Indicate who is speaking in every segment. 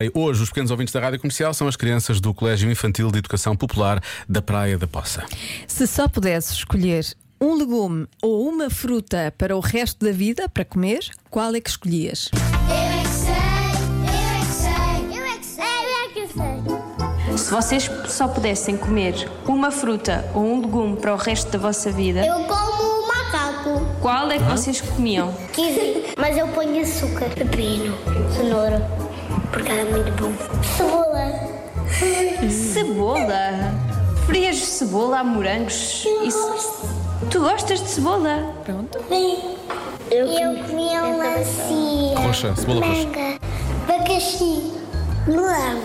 Speaker 1: Bem, Hoje, os pequenos ouvintes da Rádio Comercial são as crianças do Colégio Infantil de Educação Popular da Praia da Poça.
Speaker 2: Se só pudesse escolher um legume ou uma fruta para o resto da vida para comer, qual é que escolhias?
Speaker 3: Eu é que sei, eu é que sei, eu é que sei, eu é que sei.
Speaker 4: Se vocês só pudessem comer uma fruta ou um legume para o resto da vossa vida,
Speaker 3: Eu como um macaco,
Speaker 4: qual é que vocês comiam?
Speaker 3: kiwi, mas eu ponho açúcar, pepino, cenoura, porque é muito bom. Cebola.
Speaker 4: Cebola! Frias de cebola a morangos. Isso- Tu gostas de cebola?
Speaker 3: Eu, comia melancia.
Speaker 1: Roxa, cebola roxa.
Speaker 3: Manga, abacaxi, melão.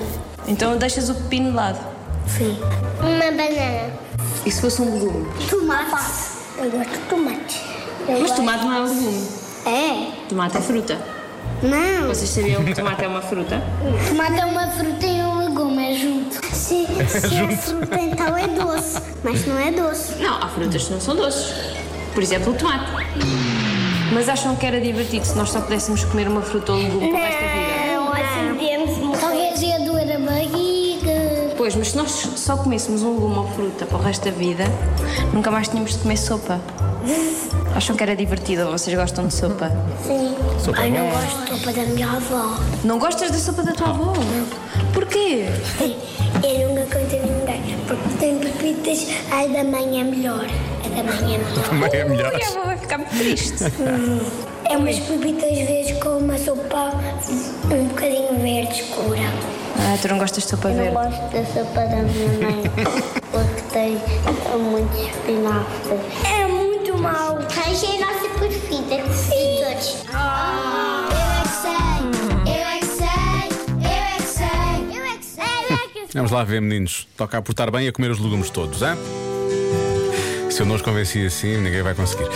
Speaker 4: Então deixas o pepino de lado.
Speaker 3: Sim. Uma banana.
Speaker 4: E se fosse um legume?
Speaker 3: Tomate. Eu gosto de tomate.
Speaker 4: Mas tomate não é um legume.
Speaker 3: É?
Speaker 4: Tomate é fruta.
Speaker 3: Não.
Speaker 4: Vocês sabiam que tomate é uma fruta?
Speaker 3: Tomate é uma fruta e um legume, é junto. Se, se é fruta, então é doce. Mas não é doce.
Speaker 4: Não, há frutas que não são doces. Por exemplo, o tomate. Mas acham que era divertido se nós só pudéssemos comer uma fruta ou um legume
Speaker 3: É,
Speaker 4: para o resto da vida?
Speaker 3: assim podemos morrer. Talvez ia doer a barriga.
Speaker 4: Pois, mas se nós só comêssemos um legume ou fruta para o resto da vida, nunca mais tínhamos de comer sopa. Acham que era divertido ou vocês gostam de sopa?
Speaker 3: Sim.
Speaker 1: Sopa
Speaker 3: Ai, não
Speaker 1: boa.
Speaker 3: gosto de sopa da minha avó.
Speaker 4: Não gostas da sopa da tua avó? Porquê?
Speaker 3: Eu nunca contei a ninguém. Porque tem pepitas. Ai, da mãe é melhor. A da mãe é melhor.
Speaker 1: Também é melhor.
Speaker 4: Porque a avó vai ficar muito triste.
Speaker 3: É umas pepitas verdes com uma sopa um bocadinho verde escura.
Speaker 4: Ah, tu não gostas de sopa verde?
Speaker 3: gosto da sopa da minha mãe, porque tem muitos espinafres. É muito mau. Essa é a nossa preferida de todos. Eu é que sei, eu é que sei, eu é que sei, eu é que sei, eu é que sei.
Speaker 1: Vamos lá ver, meninos. Toca a portar bem e a comer os legumes todos, hã? Se eu não os convenci assim, ninguém vai conseguir.